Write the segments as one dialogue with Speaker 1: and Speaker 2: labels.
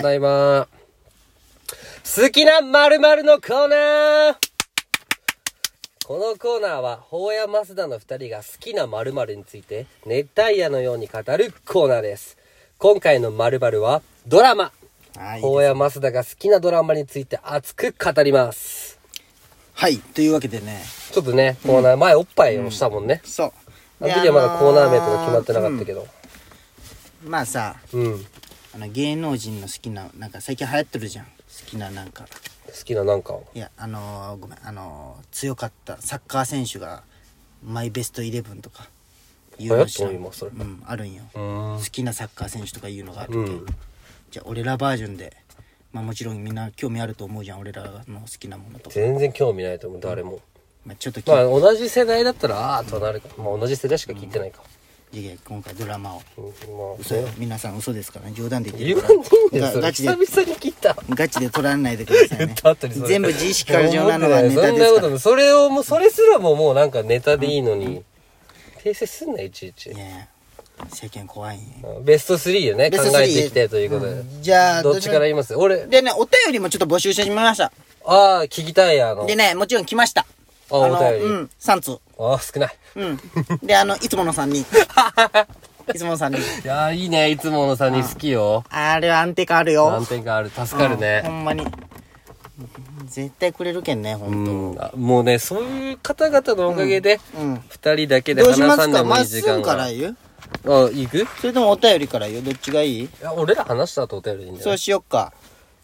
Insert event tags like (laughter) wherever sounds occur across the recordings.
Speaker 1: た
Speaker 2: い。
Speaker 1: だいま好きな〇〇のコーナーこのコーナーは、法や増田の二人が好きな〇〇について、熱帯夜のように語るコーナーです。今回の〇〇は、ドラマ。
Speaker 2: はい。
Speaker 1: 法や増田が好きなドラマについて熱く語ります。
Speaker 2: はい。というわけでね、
Speaker 1: ちょっとね、コーナー前おっぱいをしたもんね。
Speaker 2: そう。
Speaker 1: あの時はまだコーナー名とか決まってなかった
Speaker 2: ど。
Speaker 1: けど。
Speaker 2: うんまあさ、
Speaker 1: うん。好
Speaker 2: あの、芸能人の好きな、なんか最近流行ってるじゃん。好きななんか。
Speaker 1: きななんかを。
Speaker 2: いや、あのーごめん、あのー強かったサッカー選手が、マイベストイレブンとか、い
Speaker 1: 流行っ
Speaker 2: 知らん
Speaker 1: とん今それ
Speaker 2: うん、あるんよ。
Speaker 1: うーん
Speaker 2: 好。きなサッカー選手とかいうのがある
Speaker 1: う
Speaker 2: け、
Speaker 1: ん。
Speaker 2: じゃあ俺らバージョンでまあもちろんみんな興味あると思うじゃん俺らの好きなものとか、
Speaker 1: 全然興味ないと思う、誰も。
Speaker 2: まあ、ちょっと聞い
Speaker 1: まあ同じ世代だったらああーとはなるか、まあ、同じ世代しか聞いてないか、
Speaker 2: いやいや今回ドラマを
Speaker 1: うんまあ
Speaker 2: 嘘よ皆さん嘘ですからね冗談で言
Speaker 1: 言
Speaker 2: って
Speaker 1: わ
Speaker 2: る
Speaker 1: ね
Speaker 2: か
Speaker 1: え
Speaker 2: ら
Speaker 1: よ
Speaker 2: が
Speaker 1: それ
Speaker 2: ガチ
Speaker 1: 久
Speaker 2: で
Speaker 1: 々に聞いた
Speaker 2: ガチで取らないでくださいね
Speaker 1: だってそれ
Speaker 2: 全部自意識過剰なのが
Speaker 1: 思っ
Speaker 2: ネ
Speaker 1: てい
Speaker 2: タ
Speaker 1: そん
Speaker 2: で
Speaker 1: な
Speaker 2: す
Speaker 1: こ
Speaker 2: か
Speaker 1: と
Speaker 2: ら
Speaker 1: ないそれをもうそれすらももうなんかネタでいいのに訂正すんないちいち
Speaker 2: いやいや世間怖いね
Speaker 1: ベスト3をね
Speaker 2: ベ
Speaker 1: 考
Speaker 2: スト3
Speaker 1: えていきたいということで、
Speaker 2: うんじゃあ
Speaker 1: どっちから言います俺
Speaker 2: でねお便りもちょっと募集してみました
Speaker 1: ああ聞きたいやあの
Speaker 2: でねもちろん来ました
Speaker 1: あお便り
Speaker 2: うん3通
Speaker 1: ああ少ない
Speaker 2: うんであのいつもの3人
Speaker 1: (laughs)
Speaker 2: いつもの3人
Speaker 1: いやーいいねいつものさに好きよ
Speaker 2: あれは安定感あるよ
Speaker 1: 何点かある助かる
Speaker 2: うん
Speaker 1: ね
Speaker 2: ほんまに絶対くれるけんねほ
Speaker 1: うん
Speaker 2: と
Speaker 1: んあもうねそういう方々のおかげで、
Speaker 2: うん
Speaker 1: 二人だけで
Speaker 2: どう
Speaker 1: 話
Speaker 2: しま
Speaker 1: さ
Speaker 2: す
Speaker 1: んで
Speaker 2: か
Speaker 1: も
Speaker 2: ま
Speaker 1: い
Speaker 2: っ
Speaker 1: い
Speaker 2: す
Speaker 1: 時
Speaker 2: ぐ
Speaker 1: 間
Speaker 2: か
Speaker 1: が
Speaker 2: ら言う
Speaker 1: あ、行くい
Speaker 2: それともお便りから言うどっちがいい
Speaker 1: や、俺ら話した後お便りでいいんじゃ
Speaker 2: そ
Speaker 1: な
Speaker 2: う
Speaker 1: い
Speaker 2: しよっか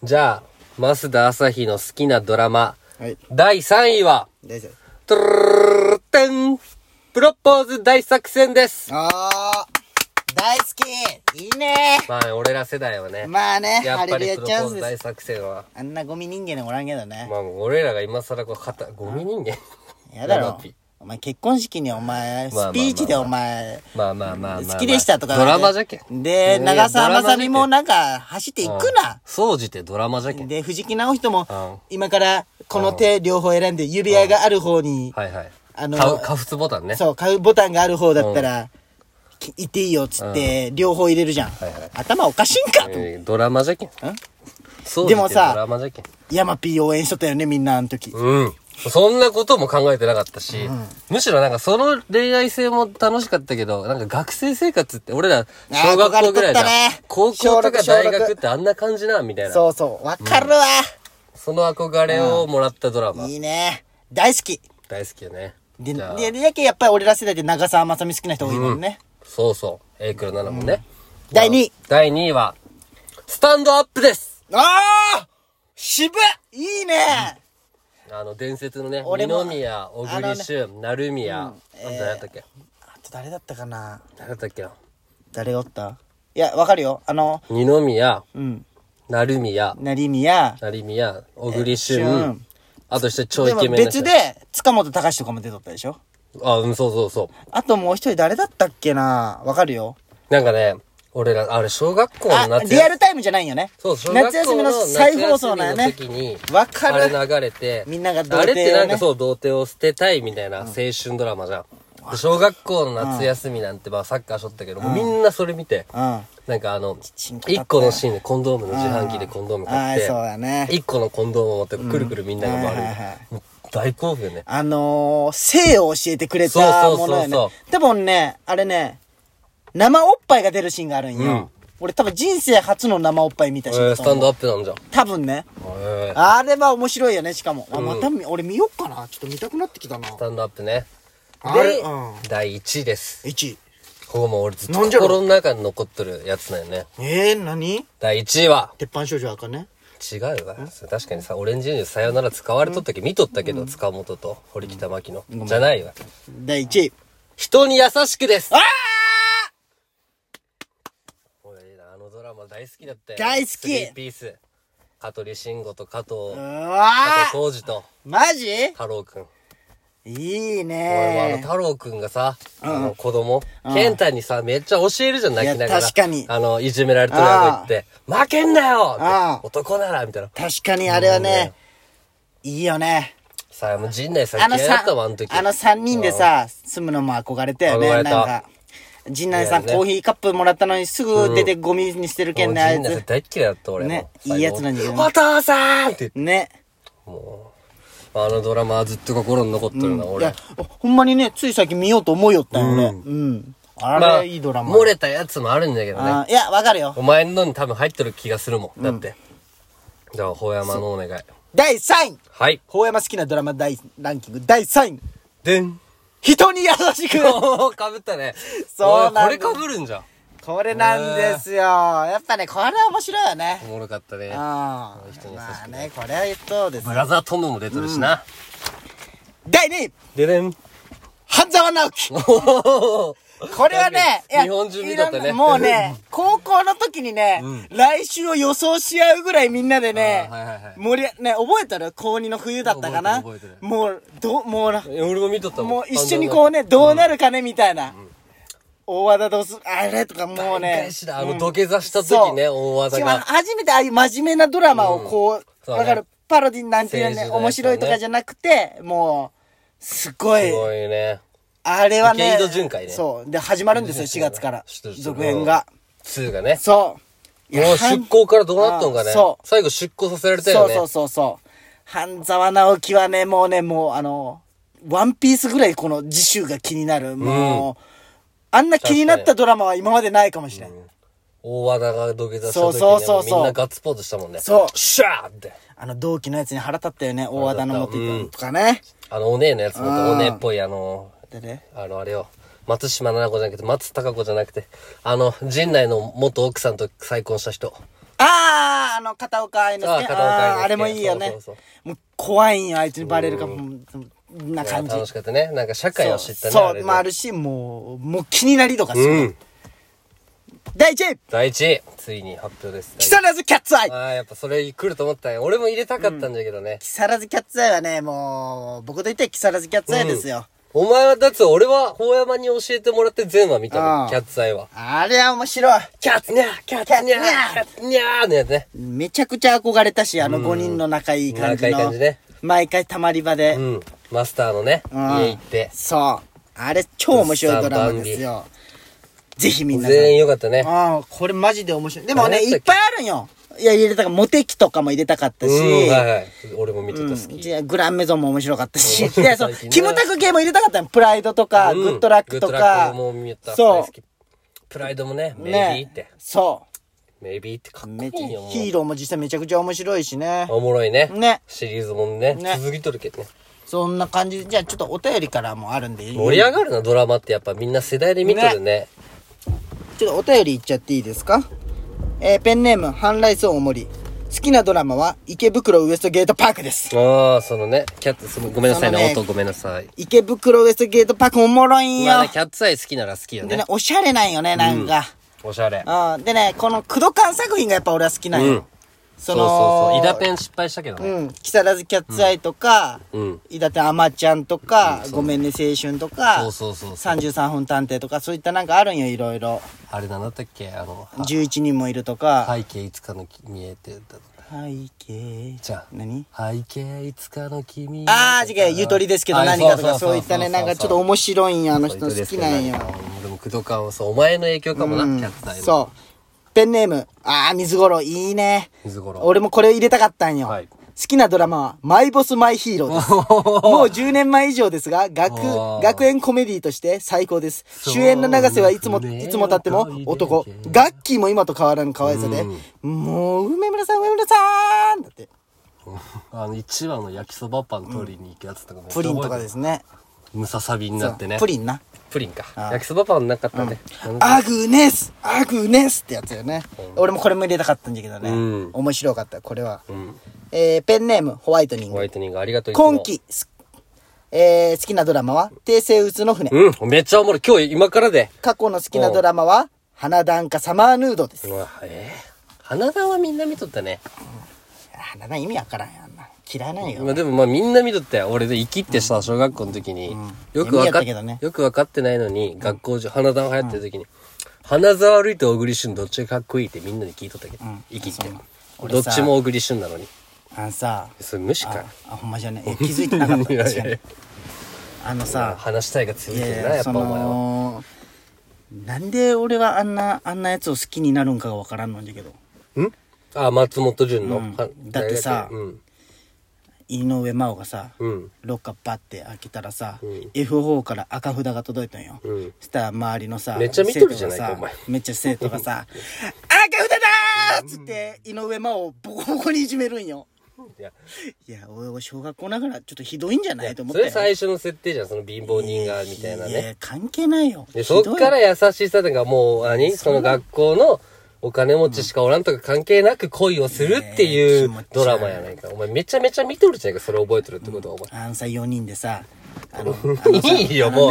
Speaker 1: じゃあ、増田朝日の好きなドラマ、
Speaker 2: はい
Speaker 1: 第3位は、
Speaker 2: 大丈
Speaker 1: ト
Speaker 2: 夫
Speaker 1: ゥルルルルテンプロポーズ大作戦です
Speaker 2: あー大好きいいね
Speaker 1: まあ、俺ら世代はね、
Speaker 2: まあね
Speaker 1: や
Speaker 2: ハ
Speaker 1: っ
Speaker 2: レ
Speaker 1: ぱ
Speaker 2: ル
Speaker 1: り
Speaker 2: ヤ
Speaker 1: プロ
Speaker 2: チ
Speaker 1: ポ
Speaker 2: ャ
Speaker 1: ー
Speaker 2: ンス
Speaker 1: ズ
Speaker 2: で
Speaker 1: 大
Speaker 2: す
Speaker 1: 作戦は、
Speaker 2: あんなゴミ人間でもおらんけどね
Speaker 1: まあ、俺らが今更こう、かた、ゴミ人間
Speaker 2: やだ
Speaker 1: ラ
Speaker 2: ろ
Speaker 1: ノピ
Speaker 2: お前結婚式にお前ス
Speaker 1: まあまあまあまあ
Speaker 2: ピーチでお前
Speaker 1: まあまあまあまあまあ。
Speaker 2: 好きでしたとか
Speaker 1: ドラマじゃけん。
Speaker 2: で
Speaker 1: うん
Speaker 2: 長澤まさみも
Speaker 1: ド
Speaker 2: なんか走ってい
Speaker 1: ラマ
Speaker 2: く
Speaker 1: じゃけん
Speaker 2: な
Speaker 1: うん総じてドラマじゃけん。
Speaker 2: で、藤木直人も、
Speaker 1: う
Speaker 2: 今からこの手両方選んで、指輪がある方に、
Speaker 1: はいはい。
Speaker 2: あの
Speaker 1: 買う、カフツボタンね。
Speaker 2: そう、買うボタンがある方だったら、きいていいよっつって、両方入れるじゃん
Speaker 1: いはい。
Speaker 2: 頭おかしいんかと。
Speaker 1: えードラマじゃけん。そう
Speaker 2: でもさ
Speaker 1: ドラマじゃけん。
Speaker 2: ヤマピー応援しとったよね、みんなあの時。
Speaker 1: うん。そんなことも考えてなかったし、むしろなんかその恋愛性も楽しかったけど、なんか学生生活って俺ら小学校ぐらいだ
Speaker 2: 憧れとったね。
Speaker 1: 高校とか
Speaker 2: 小
Speaker 1: 大
Speaker 2: 六小六
Speaker 1: 学ってあんな感じな、みたいな。
Speaker 2: そうそう、わかるわ、
Speaker 1: その憧れをもらったドラマ。
Speaker 2: いいね。大好き。
Speaker 1: 大好きよね。
Speaker 2: で、
Speaker 1: じゃあ
Speaker 2: で、でだけやっぱり俺ら世代で長澤まさみ好きな人多いもんね。
Speaker 1: そうそう。エイクル7もね。
Speaker 2: 第2位。
Speaker 1: 第2位は、スタンドアップです
Speaker 2: ああ渋っいいね、
Speaker 1: あの、伝説のね、
Speaker 2: 俺
Speaker 1: 二
Speaker 2: も
Speaker 1: 宮、小栗旬、成宮、誰だったっけ
Speaker 2: あと誰だったかな
Speaker 1: 誰だったっけな
Speaker 2: 誰おったいや、わかるよ。あの、
Speaker 1: 二宮、
Speaker 2: うん。
Speaker 1: 成宮、
Speaker 2: 成宮、
Speaker 1: 成宮、小栗
Speaker 2: えー
Speaker 1: 旬
Speaker 2: 旬、
Speaker 1: あとして超イ
Speaker 2: で
Speaker 1: ケ
Speaker 2: も
Speaker 1: メンな人
Speaker 2: 別。で塚本隆とかも出とったでしょ
Speaker 1: あ、うん、そうそうそ
Speaker 2: あともう一人誰だったっけなわかるよ
Speaker 1: う。なんかね、俺ら、あれ、小学校の
Speaker 2: あ
Speaker 1: 夏
Speaker 2: リア
Speaker 1: 休み。
Speaker 2: ルタイムじゃないよね
Speaker 1: そう、小学
Speaker 2: 夏休
Speaker 1: 校
Speaker 2: み
Speaker 1: の
Speaker 2: の
Speaker 1: 夏
Speaker 2: 再放送なんよね
Speaker 1: 休みの時に、
Speaker 2: わかる
Speaker 1: あれ流れて、
Speaker 2: みんなが童貞を
Speaker 1: あ
Speaker 2: ね
Speaker 1: れってなんかそう、童貞を捨てたいみたいな青春ドラマじゃん。で小学校の夏休みなんて、まあサッカーしょったけど、もうみんなそれ見て、
Speaker 2: うん
Speaker 1: なんかあの、
Speaker 2: ちんこだった
Speaker 1: 一個のシーンでコンドームの自販機でコンドーム買って、
Speaker 2: あーそうだね
Speaker 1: 一個のコンドームを持ってくるくるみんなが
Speaker 2: うんはいはいは
Speaker 1: 回る。もう大興奮よね。
Speaker 2: あのー、性を教えてくれた
Speaker 1: そうそ
Speaker 2: も
Speaker 1: うそうそう
Speaker 2: のよね多分ねあれね生おっぱいが出るシーンがあるんよ、
Speaker 1: うん
Speaker 2: 俺多分人生初の生おっぱい見た
Speaker 1: え
Speaker 2: シーン
Speaker 1: ー
Speaker 2: だ
Speaker 1: ス
Speaker 2: と
Speaker 1: タ
Speaker 2: 思う
Speaker 1: ンドアップなんじゃん。
Speaker 2: 多分ね
Speaker 1: えー
Speaker 2: あれは面白いよねしかも、あまた見俺見よっかなちょっと見たくなってきたな
Speaker 1: スタンドアップね。
Speaker 2: あれ
Speaker 1: で
Speaker 2: うん、
Speaker 1: 第1位です。
Speaker 2: 1位
Speaker 1: ここも俺ずっと
Speaker 2: なんじゃろ
Speaker 1: 心の中に残っとるやつなんよね。
Speaker 2: えー、何
Speaker 1: 第1位は、
Speaker 2: 鉄板少女赤ね
Speaker 1: 違うわ。確かにさ、オレンジジュースさよなら使われとったけど、見とったけど、塚本と堀北真希の。じゃないわ。
Speaker 2: 第1位
Speaker 1: 人に優しくです
Speaker 2: あ。あ
Speaker 1: 俺あのドラマ大好きだったよ。
Speaker 2: 大好き
Speaker 1: スリーピース。香取慎吾と加
Speaker 2: う
Speaker 1: 藤、加
Speaker 2: わ
Speaker 1: 藤浩二と
Speaker 2: マジ
Speaker 1: 太郎くん。
Speaker 2: い
Speaker 1: 俺
Speaker 2: い
Speaker 1: もあの
Speaker 2: ね
Speaker 1: 太郎くんがさ、あの子供、健太にさ、めっちゃ教えるじゃん、泣きなが
Speaker 2: いや
Speaker 1: ら。
Speaker 2: 確かに
Speaker 1: あの、いじめられてるやつ言って、負けんなよって
Speaker 2: ああ
Speaker 1: 男ならみたいな。
Speaker 2: 確かにあれはね、いいよね。
Speaker 1: さあ、もう陣内さん
Speaker 2: あの
Speaker 1: 嫌いだ
Speaker 2: さ
Speaker 1: ったわ、あの時。
Speaker 2: あの三人でさ、住むのも憧れたよね、
Speaker 1: 憧
Speaker 2: な
Speaker 1: れ
Speaker 2: ん
Speaker 1: た
Speaker 2: か。陣内さん、
Speaker 1: いやね
Speaker 2: コーヒーカップもらったのにすぐ出てゴミにしてるけんね、あい
Speaker 1: もう陣内さ
Speaker 2: つ
Speaker 1: ん。大っ嫌いだった俺も
Speaker 2: ね
Speaker 1: 最後
Speaker 2: いいやつなんだけどね
Speaker 1: お父さんって
Speaker 2: ね。
Speaker 1: もうあのドラマはずっと心に残ってるな、
Speaker 2: い
Speaker 1: 俺
Speaker 2: や、ほんまにね、つい最近見ようと思いよったよね。うん。あれ、いいドラマ。
Speaker 1: 漏れたやつもあるんだけどね
Speaker 2: あーいや、わかるよ。
Speaker 1: お前のに多分入ってる気がするもんだって、じゃあほ山のお願い
Speaker 2: 第3位
Speaker 1: はい
Speaker 2: 大山好きなドラマ第ランキング第3位
Speaker 1: でん (laughs)
Speaker 2: 人に優しく
Speaker 1: おーかぶったね
Speaker 2: そうなんだ
Speaker 1: おいこれかぶるんじゃん
Speaker 2: これなんですよ。やっぱね、これ面白いよね
Speaker 1: お。もろかった
Speaker 2: うん。
Speaker 1: ね
Speaker 2: ま
Speaker 1: 人に優しくね
Speaker 2: あね、これはそうです
Speaker 1: ブ。ラザートムも出てるしな、
Speaker 2: 第2位
Speaker 1: でで
Speaker 2: (laughs)
Speaker 1: ん
Speaker 2: 半沢直樹
Speaker 1: おー
Speaker 2: これはね、
Speaker 1: 日本中見とったね
Speaker 2: いろんなも
Speaker 1: (laughs)
Speaker 2: うね、高校の時にね、来週を予想し合うぐらいみんなでね、
Speaker 1: あーはいはいはい
Speaker 2: 盛りあね、覚えてる高2の冬だったかな
Speaker 1: 覚えてる覚えて
Speaker 2: もう、ど、もうな、
Speaker 1: え俺も見とったもん
Speaker 2: もう一緒にこうね、どうなるかね、みたいな。大和田どうするあれとかもうね
Speaker 1: 返。しだあの土下座した時ね、
Speaker 2: そう
Speaker 1: 大技
Speaker 2: しかも
Speaker 1: が
Speaker 2: 初めてああいう真面目なドラマをこう、
Speaker 1: そう
Speaker 2: わ、
Speaker 1: ね
Speaker 2: かるパロディなんていう
Speaker 1: 政
Speaker 2: ね、
Speaker 1: 治のやつだね
Speaker 2: 面白いとかじゃなくて、もう、すごい
Speaker 1: す、ごいね
Speaker 2: あれはね
Speaker 1: 池井戸潤回ね
Speaker 2: そう。で、始まるんですよ、4月から
Speaker 1: 知ってる。知ってる
Speaker 2: 続編が。
Speaker 1: 2がね
Speaker 2: そう。いや
Speaker 1: もう
Speaker 2: は
Speaker 1: 出
Speaker 2: ん
Speaker 1: 向からどうなったんか
Speaker 2: あ
Speaker 1: ね
Speaker 2: そう
Speaker 1: 最後出向させられた
Speaker 2: そ
Speaker 1: よ
Speaker 2: う
Speaker 1: ね
Speaker 2: そうそうそう。半沢直樹はね、もうね、もうあの、ワンピースぐらいこの次週が気になる。もう、あんな気になったドラマは今までないかもしれない。
Speaker 1: 大和田が土下座した
Speaker 2: そう
Speaker 1: 時
Speaker 2: そう
Speaker 1: に、
Speaker 2: そう
Speaker 1: ね、
Speaker 2: そう
Speaker 1: みんなガッツポーズしたもんね
Speaker 2: そう
Speaker 1: シャーって
Speaker 2: あの同期のやつに腹立ったよね、大和田の持ってい
Speaker 1: 腹立
Speaker 2: く
Speaker 1: っ
Speaker 2: とかね。
Speaker 1: あのお姉のやつも
Speaker 2: うん
Speaker 1: お姉っぽいあの
Speaker 2: でね。
Speaker 1: あのあれよ松島奈々子じゃなくて松たか子じゃなくてあの陣内の元奥さんと再婚した人
Speaker 2: あー、あの、片岡愛之
Speaker 1: あー
Speaker 2: 助。
Speaker 1: 片岡愛之
Speaker 2: あ
Speaker 1: 助
Speaker 2: ーあれもいいよね
Speaker 1: そうそう。
Speaker 2: もう怖いんよ、あいつにバレるかも、んな感じ。
Speaker 1: 楽しかったねなんか社会を知ったね
Speaker 2: そう
Speaker 1: あ
Speaker 2: そ
Speaker 1: れ
Speaker 2: う、
Speaker 1: で
Speaker 2: もあるし、もう、もう気になりとかする。
Speaker 1: うん
Speaker 2: 第1位
Speaker 1: 第一位ついに発表です
Speaker 2: 木更津キャッツアイ
Speaker 1: ああーやっぱそれ来ると思ったよ俺も入れたかったんだけどね、
Speaker 2: 木更津キャッツアイはね、もう、僕と言っては木更津キャッツアイですよ。
Speaker 1: お前はだって俺は法山に教えてもらって全話見た
Speaker 2: あ
Speaker 1: の
Speaker 2: あ
Speaker 1: キャッツアイは
Speaker 2: あれは面白い。
Speaker 1: キャッツニャーキャッツニャーキャッツニャーのやつね
Speaker 2: めちゃくちゃ憧れたし、あの5人の仲いい感じ
Speaker 1: 仲
Speaker 2: の。
Speaker 1: いい感じね
Speaker 2: 毎回たまり場で。
Speaker 1: うんマスターのね
Speaker 2: うん
Speaker 1: 家行って
Speaker 2: そう。あれ、超面白いドラマですよ。ぜひみんなさん。
Speaker 1: 全員よかったね
Speaker 2: ああ、これマジで面白い。でもね、
Speaker 1: 何
Speaker 2: い
Speaker 1: や
Speaker 2: っ
Speaker 1: った
Speaker 2: ぱ
Speaker 1: っ
Speaker 2: いあるんよ。いや、入れたから、モテキとかも入れたかったし。
Speaker 1: うんはいはい俺も見てた好
Speaker 2: うん
Speaker 1: き
Speaker 2: じゃあグランメゾンも面白かったし、
Speaker 1: 面白い
Speaker 2: でそう
Speaker 1: 最近ね
Speaker 2: キムタク系も入れたかったよ。プライドとか、
Speaker 1: うん
Speaker 2: グッドラックと
Speaker 1: グッドラッ
Speaker 2: か。
Speaker 1: クも見た大
Speaker 2: そ
Speaker 1: 好きプライドもね
Speaker 2: う。
Speaker 1: メイビーって
Speaker 2: そ
Speaker 1: メイビーってか
Speaker 2: う。
Speaker 1: っ
Speaker 2: め
Speaker 1: こ
Speaker 2: ちゃ
Speaker 1: いいよもう
Speaker 2: ヒーローも実際めちゃくちゃ面白いしね。
Speaker 1: おもろいね
Speaker 2: ね
Speaker 1: シリーズもんね
Speaker 2: ね
Speaker 1: 続きとるけどね
Speaker 2: そんな感じで、じゃあちょっとお便りからもあるんで、
Speaker 1: 盛り上がるなドラマってやっぱみんな世代で見てるね
Speaker 2: ちょっとお便りいっちゃっていいですかえーペンネーム、ハンライス大森。好きなドラマは、池袋ウエストゲートパークです。
Speaker 1: ああそのねキャッツそのごめんなさい
Speaker 2: その
Speaker 1: ね
Speaker 2: ね
Speaker 1: 音ごめんなさい
Speaker 2: 池袋ウエストゲートパークおもろいんよ。
Speaker 1: まあねキャッツアイ好きなら好きよ
Speaker 2: で
Speaker 1: ね
Speaker 2: ね、おしゃれなんよね、なんか。
Speaker 1: おしゃれ
Speaker 2: あーでね、この、クドカン作品がやっぱ俺は好きなんよ。
Speaker 1: うんそ
Speaker 2: そ
Speaker 1: う
Speaker 2: の
Speaker 1: そうそう。イダペン失敗したけどね。
Speaker 2: うん。木更津キャッツアイとか、
Speaker 1: うん
Speaker 2: 伊達あまちゃんとか、ごめんね青春とか、
Speaker 1: そうそうそうそう
Speaker 2: 33分探偵とか、そういったなんかあるんよ、いろいろ。
Speaker 1: あれなんだったっけあの、は
Speaker 2: 11人もいるとか、
Speaker 1: 背景いつかの君見えてたとか。
Speaker 2: 背景。
Speaker 1: じゃあ
Speaker 2: 何
Speaker 1: 背景いつかの君。
Speaker 2: あー、違う、ゆとりですけど何かとか、そういったね、なんかちょっと面白いんよ、あの
Speaker 1: い
Speaker 2: 人好きなんよ。
Speaker 1: 俺も工藤感はそう、お前の影響かもな、キャッツアイの。
Speaker 2: そう。ペンネーム、あー、水五郎、いいね。
Speaker 1: 水五郎
Speaker 2: 俺もこれ入れたかったんよ。
Speaker 1: はい
Speaker 2: 好きなドラマは、マイボスマイヒーロ
Speaker 1: (laughs)
Speaker 2: ーです。もう10年前以上ですが、学
Speaker 1: お、ー
Speaker 2: 学園コメディとして最高です。
Speaker 1: う
Speaker 2: 主演の永瀬はいつも、
Speaker 1: そうね
Speaker 2: いつも経っても男
Speaker 1: いいね。
Speaker 2: ガッキーも今と変わらぬ可愛さで、もう、梅村さん、梅村さんだって、
Speaker 1: あの、一話の焼きそばパン取りに行くやつとかも、。
Speaker 2: プリンとかですすね。
Speaker 1: ムササビになってね。
Speaker 2: プリンな。
Speaker 1: プリンか。焼きそばパンなかったね。
Speaker 2: アグネスアグネスってやつよね、俺もこれも入れたかったんだけどね、
Speaker 1: うん
Speaker 2: 面白かったこれは、
Speaker 1: ん
Speaker 2: えーペンネームホワイトニン
Speaker 1: ホワ
Speaker 2: グ
Speaker 1: イトニングありがとういつも
Speaker 2: 今期す、えー好きなドラマは「帝政宇津の船」
Speaker 1: うん、めっちゃおもろい。今日、今からで。
Speaker 2: 過去の好きなドラマは「花壇かサマーヌード」です、
Speaker 1: うわ、えー、花壇はみんな見とったね。
Speaker 2: 花壇意味わからんやんな嫌いなんよ、
Speaker 1: まあでもまあみんな見とったよ。俺で生きってさ、小学校の時に、よくわ
Speaker 2: いや見やっ
Speaker 1: か
Speaker 2: たけどね
Speaker 1: よくわかってないのに、学校中、花壇流行ってる時に、花沢類と小栗旬どっちがかっこいいってみんなに聞いとったけど、生きって。ど
Speaker 2: 俺
Speaker 1: っ
Speaker 2: さ
Speaker 1: ちも小栗旬なのに。
Speaker 2: あのさ
Speaker 1: それ無視か
Speaker 2: あ。あほんまじ
Speaker 1: (laughs)
Speaker 2: ゃねえ気づいてなかった
Speaker 1: いやいや
Speaker 2: 確かにあのさ
Speaker 1: 話したいが強い
Speaker 2: い
Speaker 1: けど
Speaker 2: やい
Speaker 1: な、や
Speaker 2: や
Speaker 1: っぱ
Speaker 2: そ
Speaker 1: お前は。
Speaker 2: のなんで俺はあんな、あんなやつを好きになるんかがわからんのんだけど。
Speaker 1: んあ、松本潤の、
Speaker 2: うん
Speaker 1: は
Speaker 2: だってさ
Speaker 1: うん。
Speaker 2: 井上真央がさ、
Speaker 1: うん。
Speaker 2: ロッカーパって開けたらさ、
Speaker 1: うん
Speaker 2: F4 から赤札が届いたんよ。
Speaker 1: うん。
Speaker 2: そしたら周りのさ、
Speaker 1: めっちゃ見とるじゃないか
Speaker 2: 生徒がさ
Speaker 1: お前
Speaker 2: めっちゃ生徒がさ、赤札だーっつって、井上真央をボコボコにいじめるんよ。
Speaker 1: いや、
Speaker 2: いや、俺は小学校ながらちょっとひどいんじゃないと思っ
Speaker 1: そ
Speaker 2: て。
Speaker 1: れ最初の設定じゃん、その貧乏人が、みたいなね。
Speaker 2: や、関係ないよ。
Speaker 1: で、そっから優しさとか、もう、何その学校のお金持ちしかおらんとか関係なく恋をするってい
Speaker 2: ね
Speaker 1: う
Speaker 2: え
Speaker 1: ドラマやないか。お前めちゃめちゃ見とるじゃないか、それ覚えてるってことは、お前。
Speaker 2: あのさ、4人でさ、あの
Speaker 1: (laughs) いいよも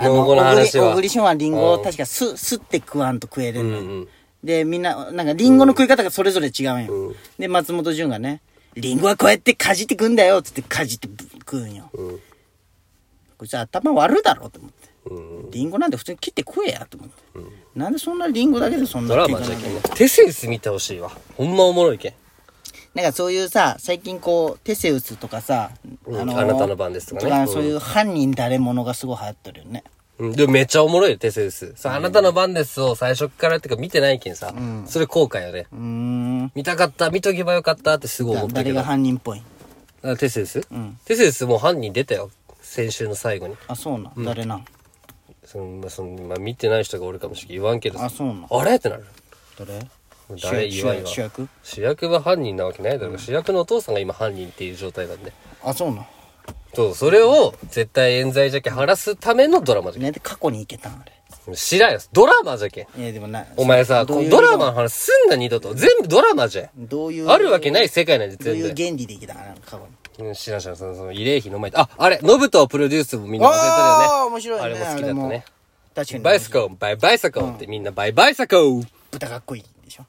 Speaker 1: うもうこの話は
Speaker 2: 小栗旬はリンゴを
Speaker 1: うん
Speaker 2: 確かす、すって食わんと食えれるのよ、
Speaker 1: うんうん
Speaker 2: で、みんな、なんかリンゴの食い方がそれぞれ違うんよ。で、松本潤がね、リンゴはこうやってかじって食うんだよっつってかじってぶ食うんよ。
Speaker 1: うん。
Speaker 2: こいつ頭悪いだろと思って。
Speaker 1: うん。
Speaker 2: リンゴなんて普通に切って食えやと思って。なんでそんなリンゴだけでそんな
Speaker 1: ドラ
Speaker 2: 喧
Speaker 1: マ
Speaker 2: 嘩
Speaker 1: じゃ
Speaker 2: なんの
Speaker 1: けんね。テセウス見てほしいわ。ほんまおもろいけん。
Speaker 2: なんかそういうさ、最近こう、テセウスとかさ、
Speaker 1: うんあなたの番ですとかねうん
Speaker 2: そういう犯人誰者がすごい流行ってるよね。
Speaker 1: うん、でもめっちゃおもろいよ、テセウス。さ、あなたの番ですを最初っからってか見てないけんさ、それ後悔よね。
Speaker 2: うーん。
Speaker 1: 見たかった、見とけばよかったってすごい
Speaker 2: だ
Speaker 1: 思ったけ
Speaker 2: 誰
Speaker 1: ど
Speaker 2: が。犯人っぽい
Speaker 1: あテセウス、テセウスもう犯人出たよ。先週の最後に。
Speaker 2: あ、そうなん。誰なん
Speaker 1: その、まあ、その、まあ、見てない人がおるかもしれんけど言わんけどさ
Speaker 2: あ、そうなん。
Speaker 1: あれってなる。
Speaker 2: 誰
Speaker 1: 誰
Speaker 2: 主
Speaker 1: 言わん言わ
Speaker 2: 役
Speaker 1: ん
Speaker 2: 主役
Speaker 1: 主役は犯人なわけないだろう、主役のお父さんが今犯人っていう状態なんで。
Speaker 2: あ、そうなん。
Speaker 1: そう、それを絶対冤罪じゃけん晴らすためのドラマじゃ
Speaker 2: なんで過去に行けたんあれ。
Speaker 1: けん。知らんよ。ドラマじゃけん。
Speaker 2: いや、でもな、
Speaker 1: お前さ、こ
Speaker 2: ういう
Speaker 1: ドラマの話すんな二度と。全部ドラマじゃん。
Speaker 2: どういう、
Speaker 1: あるわけない世界なんで
Speaker 2: どう
Speaker 1: 全
Speaker 2: いう
Speaker 1: 部。
Speaker 2: 原理で行けたんあれ過去に。
Speaker 1: うん知らん知らん、その、その、慰霊碑の前で。あ、あれ、ノブとプロデュースもみんな忘れてるよね。
Speaker 2: あー面白いね
Speaker 1: あれも好きだった
Speaker 2: あれも
Speaker 1: ね。
Speaker 2: 確かに。
Speaker 1: バイスコー、バイバイサコーってみんなバイバイサコー。
Speaker 2: 豚かっこいいでしょ。